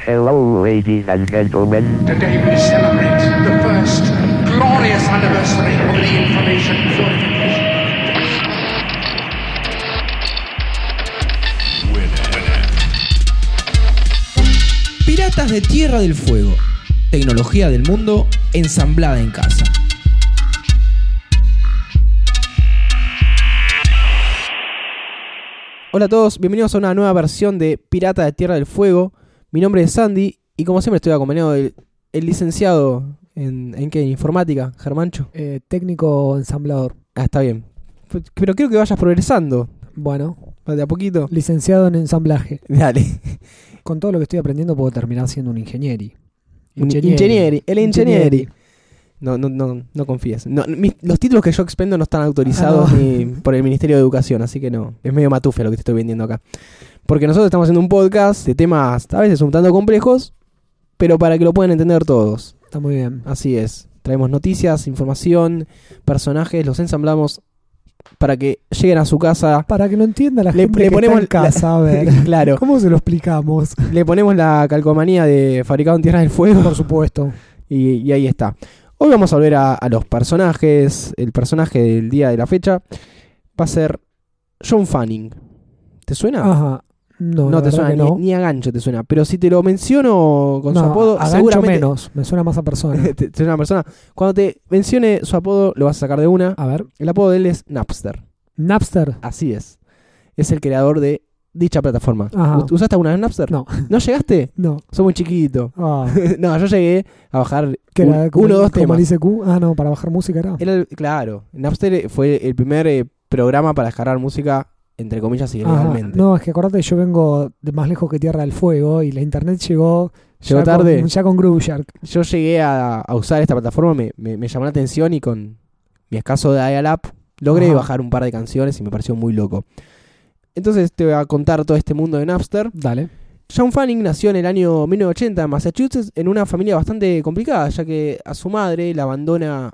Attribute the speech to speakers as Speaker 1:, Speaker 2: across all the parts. Speaker 1: Hello, ladies and gentlemen.
Speaker 2: Today we celebrate the first glorious anniversary of the information purification.
Speaker 3: Piratas de Tierra del Fuego. Tecnología del mundo ensamblada en casa. Hola a todos, bienvenidos a una nueva versión de Pirata de Tierra del Fuego. Mi nombre es Sandy y como siempre estoy acompañado del el licenciado en, en qué, en informática, Germancho.
Speaker 4: Eh, técnico ensamblador.
Speaker 3: Ah, está bien. Pero- Pero quiero que vayas progresando,
Speaker 4: Bueno,
Speaker 3: de a poquito.
Speaker 4: licenciado en ensamblaje.
Speaker 3: Dale.
Speaker 4: Con todo lo que estoy aprendiendo puedo terminar siendo un ingenieri.
Speaker 3: Un
Speaker 4: Ingenieri.
Speaker 3: ingenieri, el ingenieri.
Speaker 4: Ingenieri.
Speaker 3: No, no, no, no confíes. No, mis- los títulos que yo expendo no están autorizados
Speaker 4: Ah, no.
Speaker 3: ni por el Ministerio de Educación, así que no. Es medio matufe lo que te estoy vendiendo acá. Porque nosotros estamos haciendo un podcast de temas a veces un tanto complejos, pero para que lo puedan entender todos.
Speaker 4: Está muy bien.
Speaker 3: Así es. Traemos noticias, información, personajes, los ensamblamos para que lleguen a su casa.
Speaker 4: Para que lo entienda la
Speaker 3: Le-
Speaker 4: gente
Speaker 3: le
Speaker 4: que
Speaker 3: ponemos
Speaker 4: está en
Speaker 3: la-
Speaker 4: casa, a ver.
Speaker 3: claro.
Speaker 4: ¿Cómo se lo explicamos?
Speaker 3: Le ponemos la calcomanía de fabricado en Tierra del Fuego.
Speaker 4: Por supuesto.
Speaker 3: Y, y ahí está. Hoy vamos a volver a, a los personajes. El personaje del día de la fecha va a ser John Fanning. ¿Te suena?
Speaker 4: Ajá.
Speaker 3: no
Speaker 4: No, Ah, la
Speaker 3: te
Speaker 4: verdad
Speaker 3: suena,
Speaker 4: que
Speaker 3: ni,
Speaker 4: no.
Speaker 3: ni a gancho te suena. Pero si te lo menciono con su
Speaker 4: No,
Speaker 3: apodo,
Speaker 4: a gancho
Speaker 3: seguramente
Speaker 4: menos. Me suena más a persona.
Speaker 3: te- te suena una persona. Cuando te mencione su apodo, lo vas a sacar de una.
Speaker 4: A ver.
Speaker 3: El apodo de él es Napster.
Speaker 4: Napster.
Speaker 3: Así es. Es el creador de dicha plataforma.
Speaker 4: Ajá.
Speaker 3: ¿Us- ¿Usaste alguna vez Napster?
Speaker 4: No.
Speaker 3: ¿No llegaste?
Speaker 4: No.
Speaker 3: Soy muy chiquito.
Speaker 4: Ah,
Speaker 3: no, yo llegué a bajar
Speaker 4: que
Speaker 3: un-
Speaker 4: era como-
Speaker 3: uno o dos
Speaker 4: como
Speaker 3: temas.
Speaker 4: el ICQ. Ah, no, para bajar música era.
Speaker 3: Era el- claro, Napster fue el primer eh, programa para descargar música, entre comillas,
Speaker 4: Ajá.
Speaker 3: ilegalmente.
Speaker 4: No, es que acordate, yo vengo de más lejos que Tierra del Fuego y la internet llegó.
Speaker 3: Llegó
Speaker 4: ya
Speaker 3: tarde.
Speaker 4: Con, ya con Groove Shark.
Speaker 3: Yo llegué a, a usar esta plataforma, me, me- me llamó la atención y con mi escaso de dial logré
Speaker 4: Ajá.
Speaker 3: bajar un par de canciones y me pareció muy loco. Entonces te voy a contar todo este mundo de Napster.
Speaker 4: Dale.
Speaker 3: John Fanning nació en el año 1980 en Massachusetts en una familia bastante complicada, ya que a su madre la abandona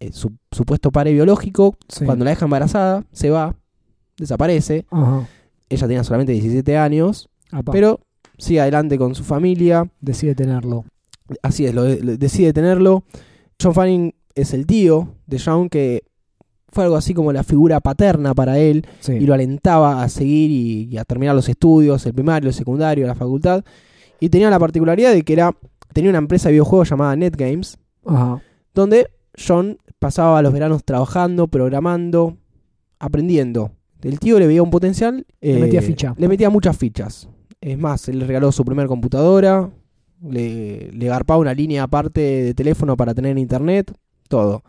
Speaker 3: eh, su supuesto padre biológico.
Speaker 4: Sí.
Speaker 3: Cuando la deja embarazada, se va, desaparece.
Speaker 4: Ajá.
Speaker 3: ella tenía solamente 17 años,
Speaker 4: Apa,
Speaker 3: pero sigue adelante con su familia,
Speaker 4: decide tenerlo.
Speaker 3: así es, lo de- lo- decide tenerlo. John Fanning es el tío de John que fue algo así como la figura paterna para él
Speaker 4: Sí.
Speaker 3: y lo alentaba a seguir y, y a terminar los estudios, el primario, el secundario, la facultad. Y tenía la particularidad de que era tenía una empresa de videojuegos llamada NetGames,
Speaker 4: Ajá.
Speaker 3: donde John pasaba los veranos trabajando, programando, aprendiendo. El tío le veía un potencial. eh,
Speaker 4: metía ficha.
Speaker 3: Le metía muchas fichas. Es más, él le regaló su primer computadora, le, le garpaba una línea aparte de teléfono para tener internet, todo.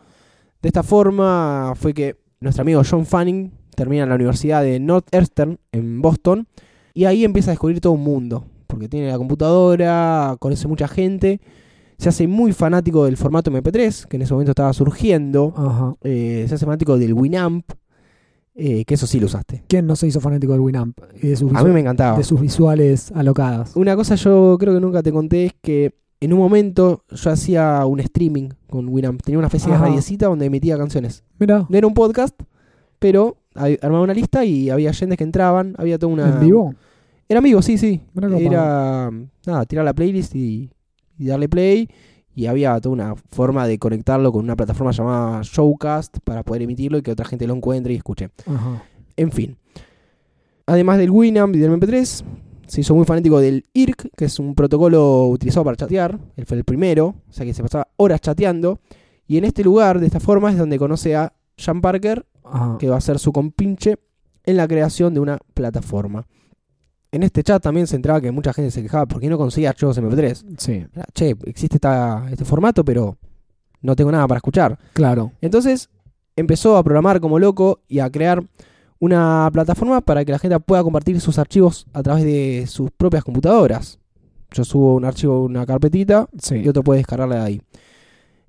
Speaker 3: De esta forma fue que nuestro amigo John Fanning termina en la Universidad de Northeastern en Boston y ahí empieza a descubrir todo un mundo, porque tiene la computadora, conoce mucha gente, se hace muy fanático del formato MP3, que en ese momento estaba surgiendo,
Speaker 4: Ajá.
Speaker 3: eh, se hace fanático del Winamp, eh, que eso sí lo usaste.
Speaker 4: ¿Quién no se hizo fanático del Winamp y de sus,
Speaker 3: A
Speaker 4: visu-
Speaker 3: mí me encantaba. Uh,
Speaker 4: de sus visuales alocadas?
Speaker 3: Una cosa yo creo que nunca te conté es que en un momento yo hacía un streaming con Winamp. Tenía una especie
Speaker 4: Ajá.
Speaker 3: de radiecita donde emitía canciones.
Speaker 4: Mira,
Speaker 3: No era un podcast, pero a- armaba una lista y había gente que entraban. Había toda una.
Speaker 4: en vivo.
Speaker 3: Era en vivo, sí, sí.
Speaker 4: Mirá copado.
Speaker 3: Era. Nada, tirar la playlist y, y darle play. Y había toda una forma de conectarlo con una plataforma llamada Showcast para poder emitirlo y que otra gente lo encuentre y escuche.
Speaker 4: Ajá.
Speaker 3: En fin. Además del Winamp y del MP3, se hizo muy fanático del IRC, que es un protocolo utilizado para chatear. Él fue el primero, o sea que se pasaba horas chateando. Y en este lugar, de esta forma, es donde conoce a Sean Parker,
Speaker 4: Ajá.
Speaker 3: que va a ser su compinche en la creación de una plataforma. En este chat también se entraba que mucha gente se quejaba porque no conseguía archivos MP3.
Speaker 4: Sí,
Speaker 3: Era, Che, existe esta- este formato, pero no tengo nada para escuchar.
Speaker 4: claro.
Speaker 3: Entonces empezó a programar como loco y a crear una plataforma para que la gente pueda compartir sus archivos a través de sus propias computadoras. Yo subo un archivo a una carpetita
Speaker 4: Sí.
Speaker 3: y otro puede descargarla de ahí.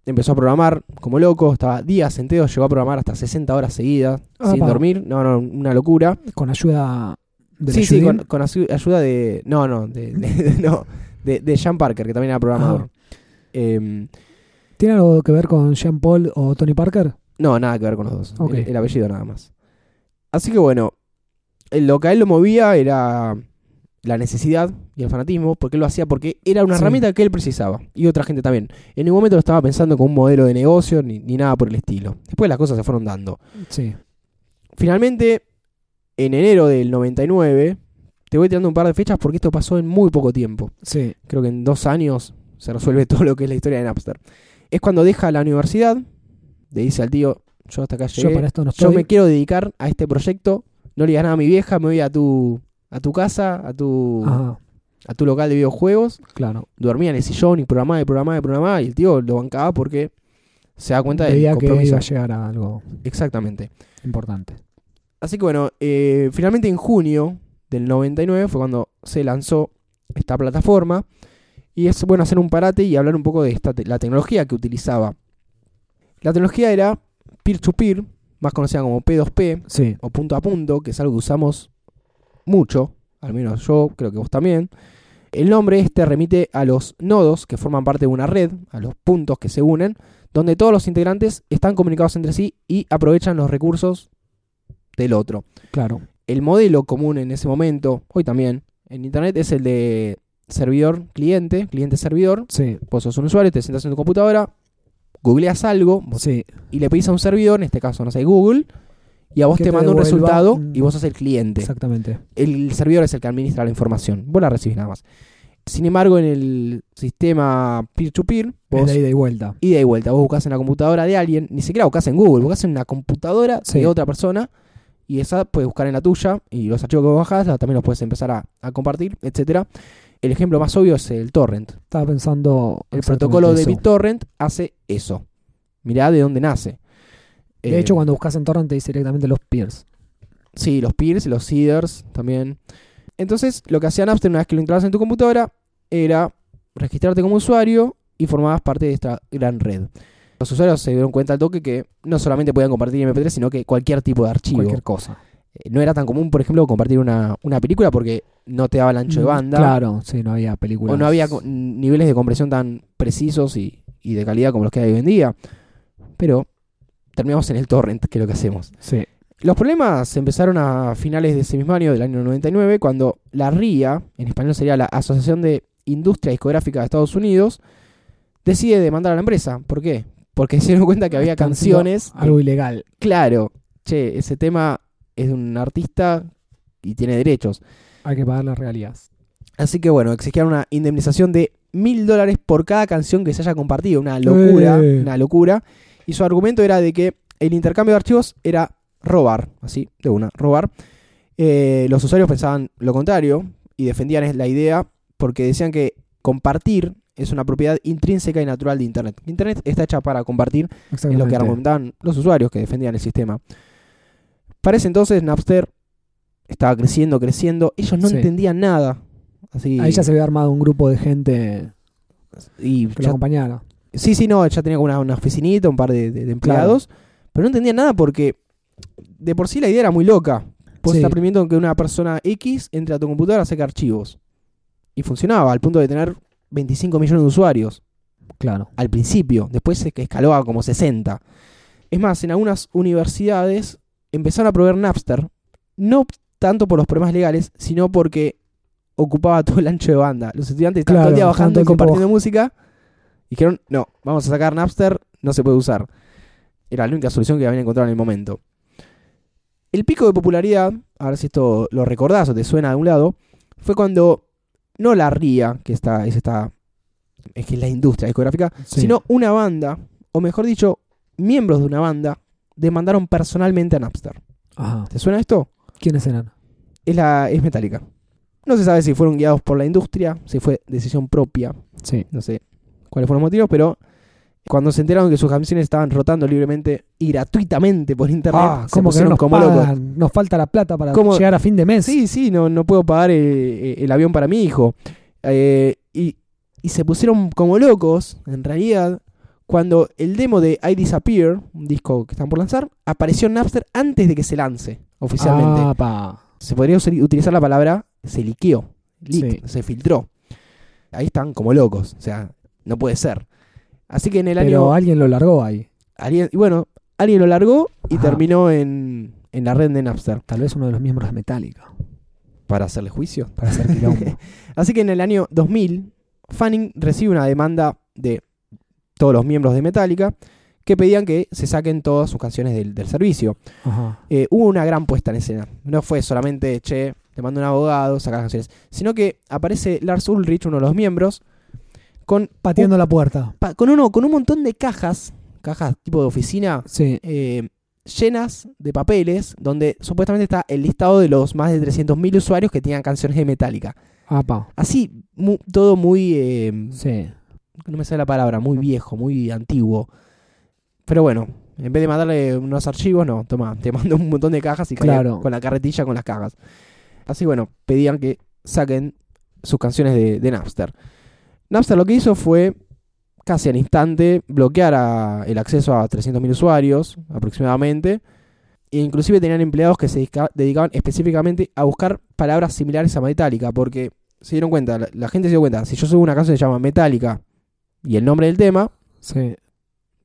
Speaker 3: Empezó a programar como loco, estaba días enteros, llegó a programar hasta 60 horas seguidas,
Speaker 4: Ah,
Speaker 3: sin
Speaker 4: pa.
Speaker 3: dormir, no, no, una locura.
Speaker 4: Con ayuda de
Speaker 3: Sí, sí, con, con asu- ayuda de. No, no, de, de- no, de, de Sean Parker, que también era programador.
Speaker 4: Ah.
Speaker 3: Em,
Speaker 4: ¿Tiene algo que ver con Jean Paul o Tony Parker?
Speaker 3: No, nada que ver con los dos.
Speaker 4: Ok.
Speaker 3: El, el apellido nada más. Así que bueno, eh, lo que a él lo movía era la necesidad y el fanatismo, porque él lo hacía porque era una
Speaker 4: Sí.
Speaker 3: herramienta que él precisaba y otra gente también. En ningún momento lo estaba pensando como un modelo de negocio ni, ni nada por el estilo. Después las cosas se fueron dando.
Speaker 4: Sí.
Speaker 3: Finalmente, en enero del 99, te voy tirando un par de fechas porque esto pasó en muy poco tiempo.
Speaker 4: Sí.
Speaker 3: Creo que en dos años se resuelve todo lo que es la historia de Napster. Es cuando deja la universidad, le dice al tío, yo hasta acá llegué.
Speaker 4: Yo para esto no
Speaker 3: Yo
Speaker 4: estoy.
Speaker 3: me quiero dedicar a este proyecto. No le digas nada a mi vieja, me voy a tu, a tu casa, a tu,
Speaker 4: Ajá,
Speaker 3: a tu local de videojuegos.
Speaker 4: claro.
Speaker 3: Dormía en el sillón y programaba y programaba y programaba. Y el tío lo bancaba porque se da cuenta del
Speaker 4: Veía que
Speaker 3: compromiso.
Speaker 4: iba a llegar a algo
Speaker 3: Exactamente.
Speaker 4: importante.
Speaker 3: Así que bueno, eh, finalmente en junio del 99 fue cuando se lanzó esta plataforma. Y es bueno hacer un parate y hablar un poco de esta te- la tecnología que utilizaba. La tecnología era peer-to-peer, más conocida como P2P
Speaker 4: Sí,
Speaker 3: o punto a punto, que es algo que usamos mucho, al menos yo, creo que vos también. El nombre este remite a los nodos que forman parte de una red, a los puntos que se unen, donde todos los integrantes están comunicados entre sí y aprovechan los recursos del otro.
Speaker 4: claro.
Speaker 3: El modelo común en ese momento, hoy también, en Internet es el de servidor-cliente, cliente-servidor.
Speaker 4: Sí,
Speaker 3: Vos sos un usuario, te sentás en tu computadora, googleas algo, vos
Speaker 4: sí,
Speaker 3: y le pedís a un servidor, en este caso, no sé, Google, y a vos
Speaker 4: Que
Speaker 3: te,
Speaker 4: te
Speaker 3: manda un
Speaker 4: devuelva
Speaker 3: resultado
Speaker 4: un-
Speaker 3: y vos sos el cliente.
Speaker 4: exactamente.
Speaker 3: El servidor es el que administra la información, vos la recibís nada más. Sin embargo, en el sistema peer-to-peer,
Speaker 4: Es
Speaker 3: vos
Speaker 4: de ida y vuelta.
Speaker 3: ida y vuelta, vos buscás en la computadora de alguien, ni siquiera buscás en Google, buscás en la computadora
Speaker 4: Sí.
Speaker 3: de otra persona y esa puedes buscar en la tuya y los archivos que vos bajás la- también los puedes empezar a, a compartir, etcétera. El ejemplo más obvio es el torrent.
Speaker 4: Estaba pensando.
Speaker 3: El
Speaker 4: exactamente
Speaker 3: protocolo de
Speaker 4: eso.
Speaker 3: BitTorrent hace eso. Mirá de dónde nace.
Speaker 4: De hecho,
Speaker 3: Eh,
Speaker 4: cuando buscas en torrent te dice directamente los peers.
Speaker 3: Sí, los peers, los seeders también. Entonces, lo que hacía Napster una vez que lo instalabas en tu computadora era registrarte como usuario y formabas parte de esta gran red. Los usuarios se dieron cuenta al toque que no solamente podían compartir MP3, sino que cualquier tipo de archivo.
Speaker 4: Cualquier cosa.
Speaker 3: Eh, No era tan común, por ejemplo, compartir una, una película porque no te daba el ancho de
Speaker 4: Mm,
Speaker 3: banda.
Speaker 4: Claro, sí, no había películas.
Speaker 3: O no había co- niveles de compresión tan precisos y, y de calidad como los que hay hoy en día. Pero terminamos en el torrent, que es lo que hacemos.
Speaker 4: Sí,
Speaker 3: Los problemas empezaron a finales de ese mismo año, del año 99, cuando la RIA, en español sería la Asociación de Industria Discográfica de Estados Unidos, decide demandar a la empresa. ¿Por qué? Porque se dieron cuenta que había
Speaker 4: Están
Speaker 3: canciones.
Speaker 4: algo ilegal.
Speaker 3: Claro, che, ese tema es de un artista y tiene derechos.
Speaker 4: Hay que pagar las regalías.
Speaker 3: Así que bueno, exigían una indemnización de mil dólares por cada canción que se haya compartido. Una locura,
Speaker 4: Eh.
Speaker 3: una locura. Y su argumento era de que el intercambio de archivos era robar, así, de una, robar. Eh, los usuarios pensaban lo contrario y defendían es- la idea porque decían que compartir es una propiedad intrínseca y natural de Internet. Internet está hecha para compartir es
Speaker 4: Exactamente.
Speaker 3: lo que argumentaban los usuarios que defendían el sistema. Para ese entonces Napster estaba creciendo, creciendo. Ellos no
Speaker 4: Sí.
Speaker 3: entendían nada. Así,
Speaker 4: Ahí ya se había armado un grupo de gente
Speaker 3: y
Speaker 4: que lo
Speaker 3: ya-
Speaker 4: acompañara.
Speaker 3: sí, sí, no, ya tenía como una, una oficinita, un par de, de- de empleados. Pero no entendían nada porque de por sí la idea era muy loca. Vos
Speaker 4: Sí.
Speaker 3: estás permitiendo que una persona X entre a tu computadora a sacar archivos. Y funcionaba al punto de tener 25 millones de usuarios.
Speaker 4: Claro.
Speaker 3: al principio, después se escaló a como 60. Es más, en algunas universidades empezaron a proveer Napster, no tanto por los problemas legales, sino porque ocupaba todo el ancho de banda. Los estudiantes estaban
Speaker 4: Claro,
Speaker 3: todo el día
Speaker 4: estaban
Speaker 3: bajando
Speaker 4: todo
Speaker 3: y
Speaker 4: el tiempo
Speaker 3: compartiendo música. Dijeron, no, vamos a sacar Napster, no se puede usar. Era la única solución que habían encontrado en el momento. El pico de popularidad, a ver si esto lo recordás o te suena de un lado, fue cuando no la RIA, que está, es esta, es que es la industria discográfica,
Speaker 4: Sí.
Speaker 3: sino una banda, o mejor dicho, miembros de una banda, demandaron personalmente a Napster.
Speaker 4: Ajá.
Speaker 3: ¿Te suena esto?
Speaker 4: ¿Quiénes eran?
Speaker 3: Es, la, es metálica. No se sabe si fueron guiados por la industria, si fue decisión propia,
Speaker 4: Sí.
Speaker 3: no sé cuáles fueron los motivos, pero cuando se enteraron que sus canciones estaban rotando libremente y gratuitamente por internet,
Speaker 4: Ah,
Speaker 3: se
Speaker 4: ¿cómo que no
Speaker 3: pusieron
Speaker 4: nos
Speaker 3: como locos.
Speaker 4: pagan? Nos falta la plata para
Speaker 3: ¿Cómo?
Speaker 4: llegar a fin de mes.
Speaker 3: Sí, sí, no, no puedo pagar eh, el, avión para mi hijo. Eh, y, y se pusieron como locos, en realidad, cuando el demo de I Disappear, un disco que están por lanzar, apareció en Napster antes de que se lance oficialmente.
Speaker 4: Ah, pa.
Speaker 3: Se podría usar- utilizar la palabra se liqueó, leaked, se filtró. Ahí están como locos, o sea, no puede ser. Así que en el año...
Speaker 4: Pero alguien lo largó ahí.
Speaker 3: alguien- y bueno, alguien lo largó y
Speaker 4: Ajá.
Speaker 3: terminó en, en la red de Napster.
Speaker 4: Tal vez uno de los miembros de Metallica.
Speaker 3: para hacerle juicio.
Speaker 4: para hacer quilombo.
Speaker 3: Así que en el año 2000, Fanning recibe una demanda de todos los miembros de Metallica que pedían que se saquen todas sus canciones del, del servicio.
Speaker 4: Ajá.
Speaker 3: Eh, hubo una gran puesta en escena. No fue solamente, che, te mando un abogado, saca las canciones. Sino que aparece Lars Ulrich, uno de los miembros, con,
Speaker 4: Pateando la puerta.
Speaker 3: pa- con, uno, con un montón de cajas, cajas tipo de oficina,
Speaker 4: Sí.
Speaker 3: eh, llenas de papeles, donde supuestamente está el listado de los más de 300.000 usuarios que tenían canciones de Metallica.
Speaker 4: Apa.
Speaker 3: Así, mu- todo muy. eh,
Speaker 4: Sí.
Speaker 3: no me sale la palabra, muy viejo, muy antiguo. Pero bueno, en vez de mandarle unos archivos, no, toma, te mando un montón de cajas y caía
Speaker 4: Claro.
Speaker 3: con la carretilla con las cajas. Así bueno, pedían que saquen sus canciones de, de Napster. Napster lo que hizo fue casi al instante bloquear a- el acceso a 300.000 usuarios aproximadamente. E inclusive tenían empleados que se dedica- dedicaban específicamente a buscar palabras similares a Metallica, porque se dieron cuenta, la, la gente se dio cuenta, si yo subo una canción que se llama Metallica y el nombre del tema,
Speaker 4: Sí.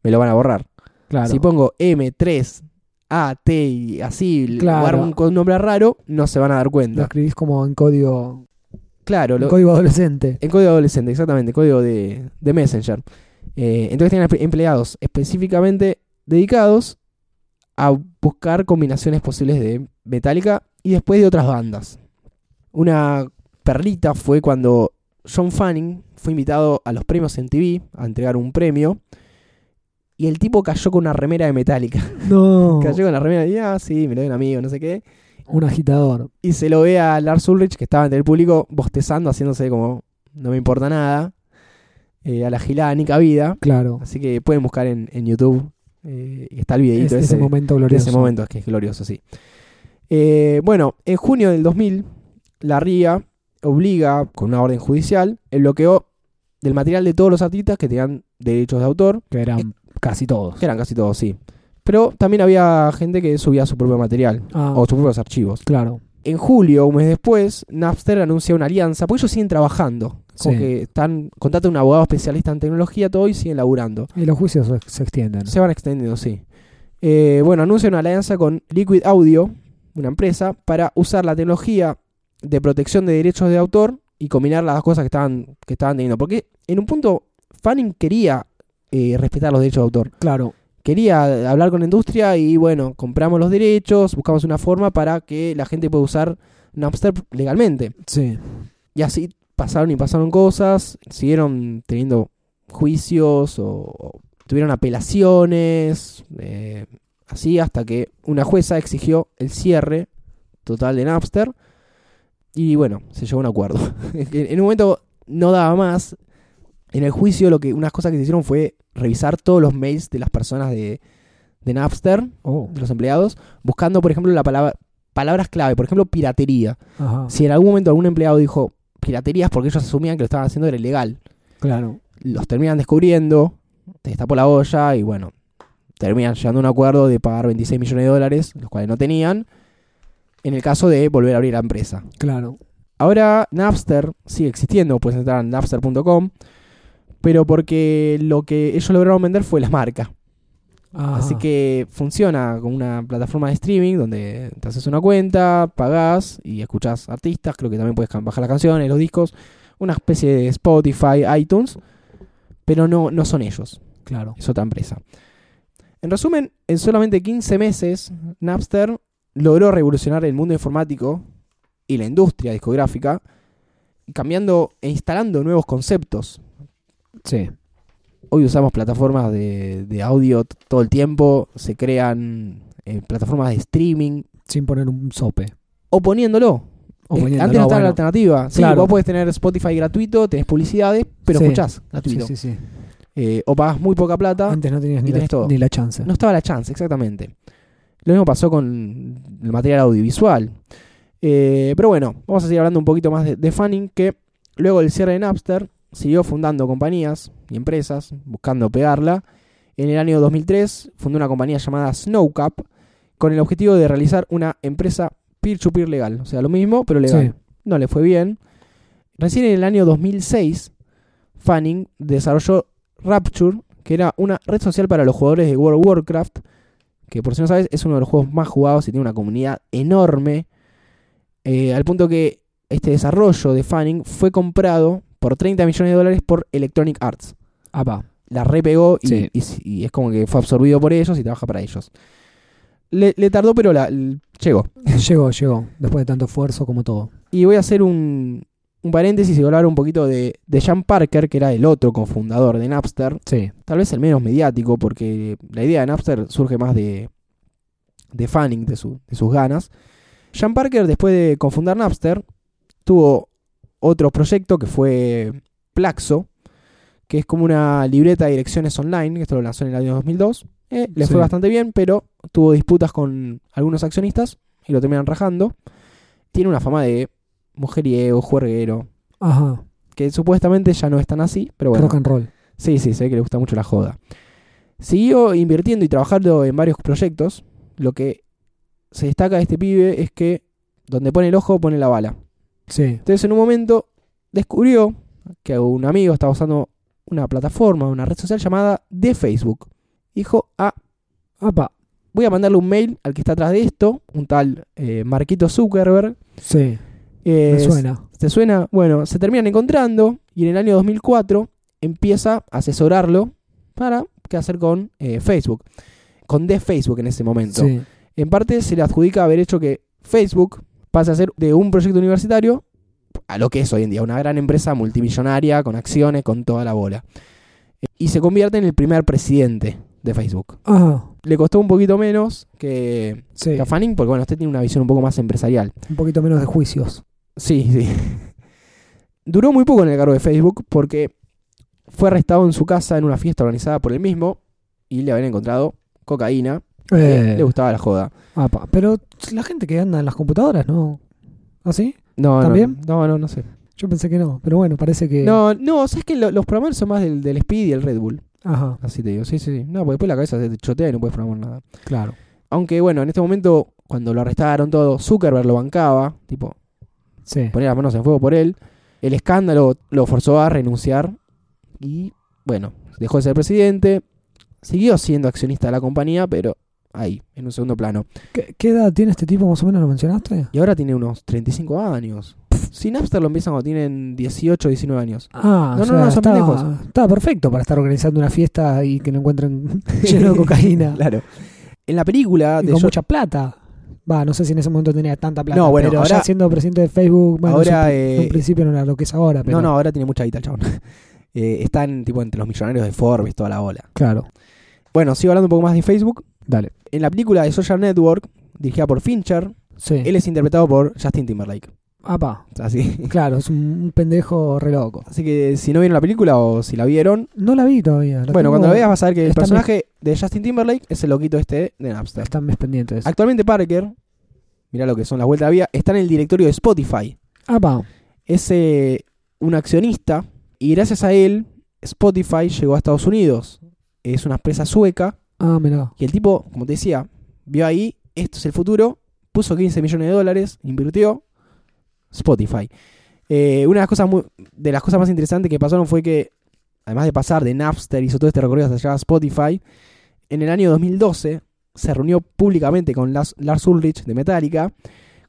Speaker 3: me lo van a borrar.
Speaker 4: Claro.
Speaker 3: Si pongo M3, A, T y así,
Speaker 4: Claro.
Speaker 3: guardo un con nombre raro, no se van a dar
Speaker 4: lo
Speaker 3: cuenta.
Speaker 4: escribís como en código,
Speaker 3: Claro,
Speaker 4: en
Speaker 3: lo-
Speaker 4: código adolescente.
Speaker 3: en código adolescente, exactamente, código de, de Messenger. Eh, entonces tienen emple- empleados específicamente dedicados a buscar combinaciones posibles de Metallica y después de otras bandas. Una perlita fue cuando John Fanning fue invitado a los premios en TV a entregar un premio y el tipo cayó con una remera de Metallica.
Speaker 4: No.
Speaker 3: Cayó con la remera y ah, sí, me lo dio un amigo, no sé qué.
Speaker 4: Un agitador.
Speaker 3: Y se lo ve a Lars Ulrich, que estaba ante el público, bostezando, haciéndose como no me importa nada, eh, a la gilada ni cabida.
Speaker 4: Claro.
Speaker 3: Así que pueden buscar en, en YouTube, eh, y está el videito
Speaker 4: Este Es-
Speaker 3: ese,
Speaker 4: eh, ese momento
Speaker 3: de
Speaker 4: glorioso.
Speaker 3: ese momento, es que es glorioso, sí. Eh, bueno, en junio del 2000, la RIA obliga, con una orden judicial, el bloqueo del material de todos los artistas que tenían derechos de autor,
Speaker 4: Que eran casi todos.
Speaker 3: que eran casi todos, sí. Pero también había gente que subía su propio material,
Speaker 4: Ah,
Speaker 3: o sus propios archivos.
Speaker 4: claro.
Speaker 3: En julio, un mes después, Napster anuncia una alianza, porque ellos siguen trabajando. Como
Speaker 4: Sí.
Speaker 3: que están, contratan un abogado especialista en tecnología, todo, y siguen laburando.
Speaker 4: Y los juicios se- se extienden.
Speaker 3: Se van extendiendo, sí. Eh, bueno, anuncia una alianza con Liquid Audio, una empresa, para usar la tecnología de protección de derechos de autor y combinar las dos cosas que estaban, que estaban teniendo. Porque en un punto, Fanning quería eh, respetar los derechos de autor
Speaker 4: Claro.
Speaker 3: quería hablar con la industria y bueno, compramos los derechos, buscamos una forma para que la gente pueda usar Napster legalmente.
Speaker 4: Sí.
Speaker 3: Y así pasaron y pasaron cosas, siguieron teniendo juicios o, o tuvieron apelaciones, eh, así hasta que una jueza exigió el cierre total de Napster y bueno, se llegó a un acuerdo. en en un momento no daba más. En el juicio lo que unas cosas que se hicieron fue revisar todos los mails de las personas de, de Napster,
Speaker 4: Oh.
Speaker 3: de los empleados, buscando por ejemplo la palabra palabras clave, por ejemplo piratería.
Speaker 4: Ajá.
Speaker 3: Si en algún momento algún empleado dijo piraterías porque ellos asumían que lo estaban haciendo era ilegal,
Speaker 4: Claro.
Speaker 3: los terminan descubriendo, te destapó la olla y bueno, terminan llegando a un acuerdo de pagar 26 millones de dólares, los cuales no tenían, en el caso de volver a abrir la empresa.
Speaker 4: Claro.
Speaker 3: Ahora Napster sigue existiendo, puedes entrar en napster.com, pero porque lo que ellos lograron vender fue la marca.
Speaker 4: Ajá.
Speaker 3: Así que funciona con una plataforma de streaming donde te haces una cuenta, pagás y escuchás artistas. Creo que también puedes ca- bajar las canciones, los discos. Una especie de Spotify, iTunes. Pero no, no son ellos,
Speaker 4: Claro.
Speaker 3: es otra empresa. En resumen, en solamente 15 meses, Napster logró revolucionar el mundo informático y la industria discográfica, cambiando e instalando nuevos conceptos
Speaker 4: Sí.
Speaker 3: hoy usamos plataformas de, de audio t- todo el tiempo, se crean eh, plataformas de streaming,
Speaker 4: Sin poner un sope.
Speaker 3: o poniéndolo.
Speaker 4: O
Speaker 3: Eh,
Speaker 4: poniéndolo,
Speaker 3: Antes no estaba la
Speaker 4: bueno.
Speaker 3: alternativa. Sí,
Speaker 4: Claro.
Speaker 3: vos podés tener Spotify gratuito, tenés publicidades, pero
Speaker 4: Sí.
Speaker 3: escuchás gratuito.
Speaker 4: Sí, sí, sí.
Speaker 3: Eh, o pagás muy poca plata.
Speaker 4: Antes no tenías
Speaker 3: y
Speaker 4: ni,
Speaker 3: tenés
Speaker 4: la,
Speaker 3: todo.
Speaker 4: ni la chance.
Speaker 3: No estaba la chance, exactamente. Lo mismo pasó con el material audiovisual. Eh, pero bueno, vamos a seguir hablando un poquito más de, de Fanning, que luego del cierre de Napster siguió fundando compañías y empresas, buscando pegarla. En el año 2003 fundó una compañía llamada Snowcap, con el objetivo de realizar una empresa peer-to-peer legal. O sea, lo mismo, pero legal
Speaker 4: Sí.
Speaker 3: no le fue bien. Recién en el año 2006, Fanning desarrolló Rapture, que era una red social para los jugadores de World of Warcraft, que por si no sabes es uno de los juegos más jugados y tiene una comunidad enorme. Eh, al punto que este desarrollo de Fanning fue comprado por 30 millones de dólares por Electronic Arts.
Speaker 5: Apa.
Speaker 3: la repegó y,
Speaker 5: Sí.
Speaker 3: y s- y es como que fue absorbido por ellos y trabaja para ellos. Le, le tardó, pero la, l- llegó.
Speaker 4: Llegó, llegó. Después de tanto esfuerzo como todo.
Speaker 3: Y voy a hacer un, un paréntesis y voy a hablar un poquito de, de Sean Parker, que era el otro cofundador de Napster.
Speaker 5: Sí.
Speaker 3: Tal vez el menos mediático, porque la idea de Napster surge más de, de Fanning, de, su- de sus ganas. Sean Parker, después de confundar Napster, tuvo otro proyecto que fue Plaxo, que es como una libreta de direcciones online, que esto lo lanzó en el año 2002. Eh, le
Speaker 4: Sí.
Speaker 3: fue bastante bien, pero tuvo disputas con algunos accionistas y lo terminan rajando. Tiene una fama de mujeriego, juerguero,
Speaker 4: Ajá.
Speaker 3: que supuestamente ya no es tan así, pero bueno.
Speaker 4: Rock and roll.
Speaker 3: Sí, sí, se ve que le gusta mucho la joda. Siguió invirtiendo y trabajando en varios proyectos. Lo que se destaca de este pibe es que donde pone el ojo, pone la bala.
Speaker 4: Sí.
Speaker 3: Entonces, en un momento descubrió que un amigo estaba usando una plataforma, una red social llamada de Facebook. Dijo, ah,
Speaker 4: Apa.
Speaker 3: voy a mandarle un mail al que está atrás de esto, un tal eh, Marquito Zuckerberg.
Speaker 4: Sí.
Speaker 3: Eh,
Speaker 4: Me suena.
Speaker 3: ¿Te suena? Bueno, se terminan encontrando y en el año 2004 empieza a asesorarlo para qué hacer con eh, Facebook, con de Facebook en ese momento.
Speaker 4: Sí.
Speaker 3: En parte se le adjudica haber hecho que Facebook pase a ser de un proyecto universitario a lo que es hoy en día, una gran empresa multimillonaria con acciones, con toda la bola. Y se convierte en el primer presidente de Facebook.
Speaker 4: Ajá.
Speaker 3: Le costó un poquito menos que,
Speaker 4: Sí.
Speaker 3: que a Fanning, porque bueno, usted tiene una visión un poco más empresarial.
Speaker 4: Un poquito menos de juicios.
Speaker 3: Sí, sí. Duró muy poco en el cargo de Facebook porque fue arrestado en su casa en una fiesta organizada por él mismo y le habían encontrado cocaína. que
Speaker 4: Eh.
Speaker 3: Le gustaba la joda.
Speaker 4: Apa. Pero la gente que anda en las computadoras, ¿no? ¿Así?
Speaker 3: No, no,
Speaker 4: ¿También?
Speaker 3: No, no, no, sé.
Speaker 4: Yo pensé que no. Pero bueno, parece que.
Speaker 3: No, no, sabes que lo- los programadores son más del, del Speed y el Red Bull.
Speaker 4: Ajá.
Speaker 3: Así te digo. Sí, sí, sí. No, porque después la cabeza se te chotea y no puedes programar nada.
Speaker 4: Claro.
Speaker 3: Aunque bueno, en este momento, cuando lo arrestaron todo, Zuckerberg lo bancaba. Tipo,
Speaker 4: Sí.
Speaker 3: ponía las manos en fuego por él. El escándalo lo forzó a renunciar y, bueno, dejó de ser presidente. Siguió siendo accionista de la compañía, pero ahí, en un segundo plano.
Speaker 4: ¿Qué, qué edad tiene este tipo? Más o menos lo mencionaste.
Speaker 3: Y ahora tiene unos 35 años. Si Napster lo empiezan cuando tienen 18, 19 años.
Speaker 4: Ah,
Speaker 3: No,
Speaker 4: o
Speaker 3: no,
Speaker 4: sea,
Speaker 3: no, son
Speaker 4: está,
Speaker 3: pendejos.
Speaker 4: está perfecto para estar organizando una fiesta y que lo encuentren lleno de cocaína.
Speaker 3: Claro. En la película
Speaker 4: y
Speaker 3: de
Speaker 4: con
Speaker 3: Jo-
Speaker 4: mucha plata. Va, no sé si en ese momento tenía tanta plata.
Speaker 3: No, bueno,
Speaker 4: pero
Speaker 3: ahora-
Speaker 4: ya siendo presidente de Facebook, bueno,
Speaker 3: Ahora,
Speaker 4: en su- en
Speaker 3: eh,
Speaker 4: un principio no era lo que es ahora, pero.
Speaker 3: No, no, ahora tiene mucha guita el chabón. Eh, están tipo entre los millonarios de Forbes, toda la bola.
Speaker 4: Claro.
Speaker 3: Bueno, sigo hablando un poco más de Facebook.
Speaker 4: Dale.
Speaker 3: En la película de Social Network, dirigida por Fincher,
Speaker 4: Sí.
Speaker 3: él es interpretado por Justin Timberlake.
Speaker 4: Apa,
Speaker 3: Así.
Speaker 4: claro, es un, un pendejo re loco.
Speaker 3: Así que si no vieron la película o si la vieron,
Speaker 4: No la vi todavía. la
Speaker 3: bueno,
Speaker 4: tengo-
Speaker 3: cuando la veas vas a ver que el
Speaker 4: está
Speaker 3: personaje de Justin Timberlake es el loquito este de Napster.
Speaker 4: Están mis pendientes.
Speaker 3: Actualmente Parker, mirá lo que son las vueltas de la vida, está en el directorio de Spotify.
Speaker 4: Apa,
Speaker 3: Es eh, un accionista y gracias a él Spotify llegó a Estados Unidos. Es una empresa sueca
Speaker 4: ah, mirá.
Speaker 3: y el tipo, como te decía, vio ahí, esto es el futuro, puso 15 millones de dólares, invirtió Spotify. Eh, una de las, cosas mu- de las cosas más interesantes que pasaron fue que, además de pasar de Napster, hizo todo este recorrido hasta llegar a Spotify, en el año 2012 se reunió públicamente con Lars, Lars Ulrich de Metallica,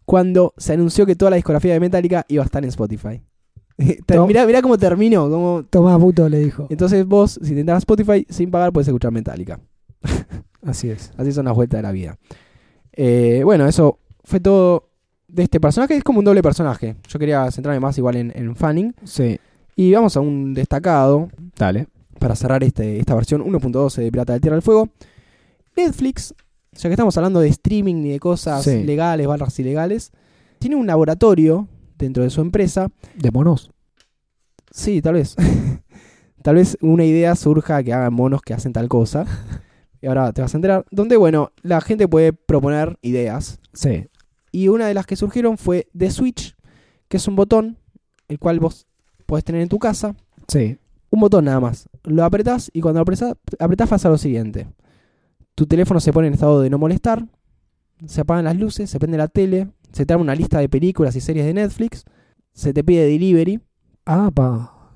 Speaker 3: cuando se anunció que toda la discografía de Metallica iba a estar en Spotify. Te- mirá, mirá cómo terminó, cómo...
Speaker 4: Tomás Buto le dijo.
Speaker 3: Entonces vos, si tentás Spotify, sin pagar puedes escuchar Metallica.
Speaker 4: Así es.
Speaker 3: Así son las vueltas de la vida. Eh, bueno, eso fue todo de este personaje. Es como un doble personaje. Yo quería centrarme más igual en, en Fanning.
Speaker 5: Sí.
Speaker 3: Y vamos a un destacado
Speaker 5: Dale.
Speaker 3: para cerrar este, esta versión 1.12 de Pirata de Tierra del Fuego. Netflix, ya que estamos hablando de streaming y de cosas
Speaker 5: Sí.
Speaker 3: legales, barras ilegales, tiene un laboratorio dentro de su empresa.
Speaker 4: De monos.
Speaker 3: Sí, tal vez. tal vez una idea surja que hagan monos que hacen tal cosa. Y ahora te vas a enterar. Donde, bueno, la gente puede proponer ideas.
Speaker 5: Sí.
Speaker 3: Y una de las que surgieron fue The Switch, que es un botón, el cual vos podés tener en tu casa.
Speaker 5: Sí.
Speaker 3: Un botón nada más. Lo apretás y cuando lo apretás, apretás pasa lo siguiente. Tu teléfono se pone en estado de no molestar, se apagan las luces, se prende la tele, se te arma una lista de películas y series de Netflix, se te pide delivery
Speaker 4: Apa.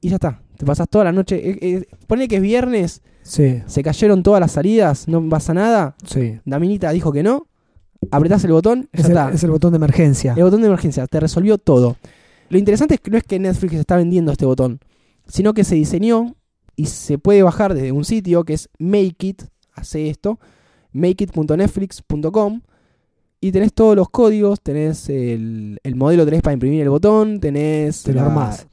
Speaker 3: y ya está. Te pasás toda la noche. Eh, eh, ponele que es viernes,
Speaker 4: Sí,
Speaker 3: se cayeron todas las salidas, no pasa nada.
Speaker 4: sí.
Speaker 3: Daminita dijo que no. apretás el botón, ya
Speaker 4: Es el,
Speaker 3: está. Eh,
Speaker 4: es el botón de emergencia.
Speaker 3: El botón de emergencia, te resolvió todo. Lo interesante es que no es que Netflix está vendiendo este botón, sino que se diseñó y se puede bajar desde un sitio que es Make It, hace esto, makeit.netflix.com y tenés todos los códigos, tenés el, el modelo tenés para imprimir el botón, tenés...
Speaker 4: Te lo
Speaker 3: la-
Speaker 4: armás.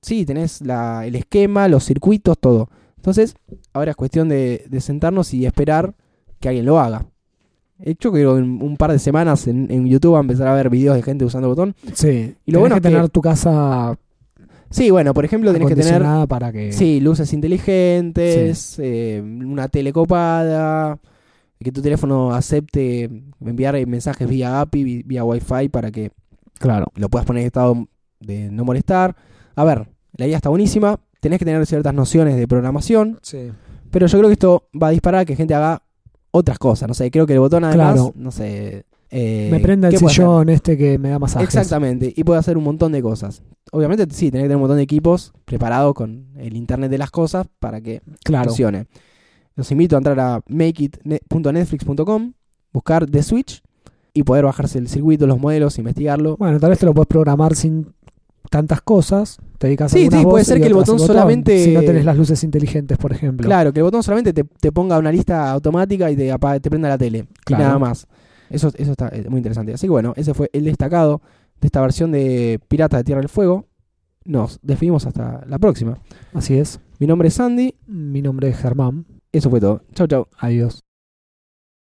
Speaker 3: Sí, tenés la- el esquema, los circuitos, todo. Entonces, ahora es cuestión de, de sentarnos y esperar que alguien lo haga. De hecho, creo que en un par de semanas en, en YouTube va a empezar a ver videos de gente usando el botón.
Speaker 4: Sí.
Speaker 3: Y lo
Speaker 4: Tenés
Speaker 3: bueno
Speaker 4: que
Speaker 3: es que-
Speaker 4: tener tu casa
Speaker 3: Sí, bueno, por ejemplo, tenés que tener
Speaker 4: acondicionada para que.
Speaker 3: sí, luces inteligentes, eh, una tele copada, que tu teléfono acepte enviar eh, mensajes vía API, vi- vía Wi-Fi para que
Speaker 4: Claro.
Speaker 3: lo puedas poner en estado de no molestar. A ver, la idea está buenísima. Tenés que tener ciertas nociones de programación,
Speaker 4: Sí.
Speaker 3: pero yo creo que esto va a disparar a que gente haga otras cosas. No sé, creo que el botón además,
Speaker 4: Claro.
Speaker 3: no sé. eh,
Speaker 4: me prenda el
Speaker 3: ¿qué puede hacer?
Speaker 4: sillón este que me da masajes.
Speaker 3: Exactamente, y puede hacer un montón de cosas. Obviamente, sí, tenés que tener un montón de equipos preparados con el internet de las cosas para que
Speaker 4: Claro.
Speaker 3: funcione. Los invito a entrar a makeit.netflix.com, buscar The Switch y poder bajarse el circuito, los modelos, investigarlo.
Speaker 4: Bueno, tal vez te lo puedes programar sin tantas cosas. Te dedicas a
Speaker 3: Sí,
Speaker 4: algunas
Speaker 3: sí, puede
Speaker 4: vos
Speaker 3: ser
Speaker 4: y
Speaker 3: que el
Speaker 4: otras al
Speaker 3: botón solamente-
Speaker 4: Si no tenés las luces inteligentes, por ejemplo.
Speaker 3: Claro, que el botón solamente te, te ponga una lista automática y te, apa- te prenda la tele. y
Speaker 4: Claro.
Speaker 3: nada más. Eso, eso está eh, muy interesante. Así que bueno, ese fue el destacado de esta versión de Pirata de Tierra del Fuego. Nos despedimos hasta la próxima.
Speaker 4: Así es.
Speaker 3: Mi nombre es Sandy.
Speaker 4: Mi nombre es Germán.
Speaker 3: Eso fue todo. Chau, chau.
Speaker 4: Adiós.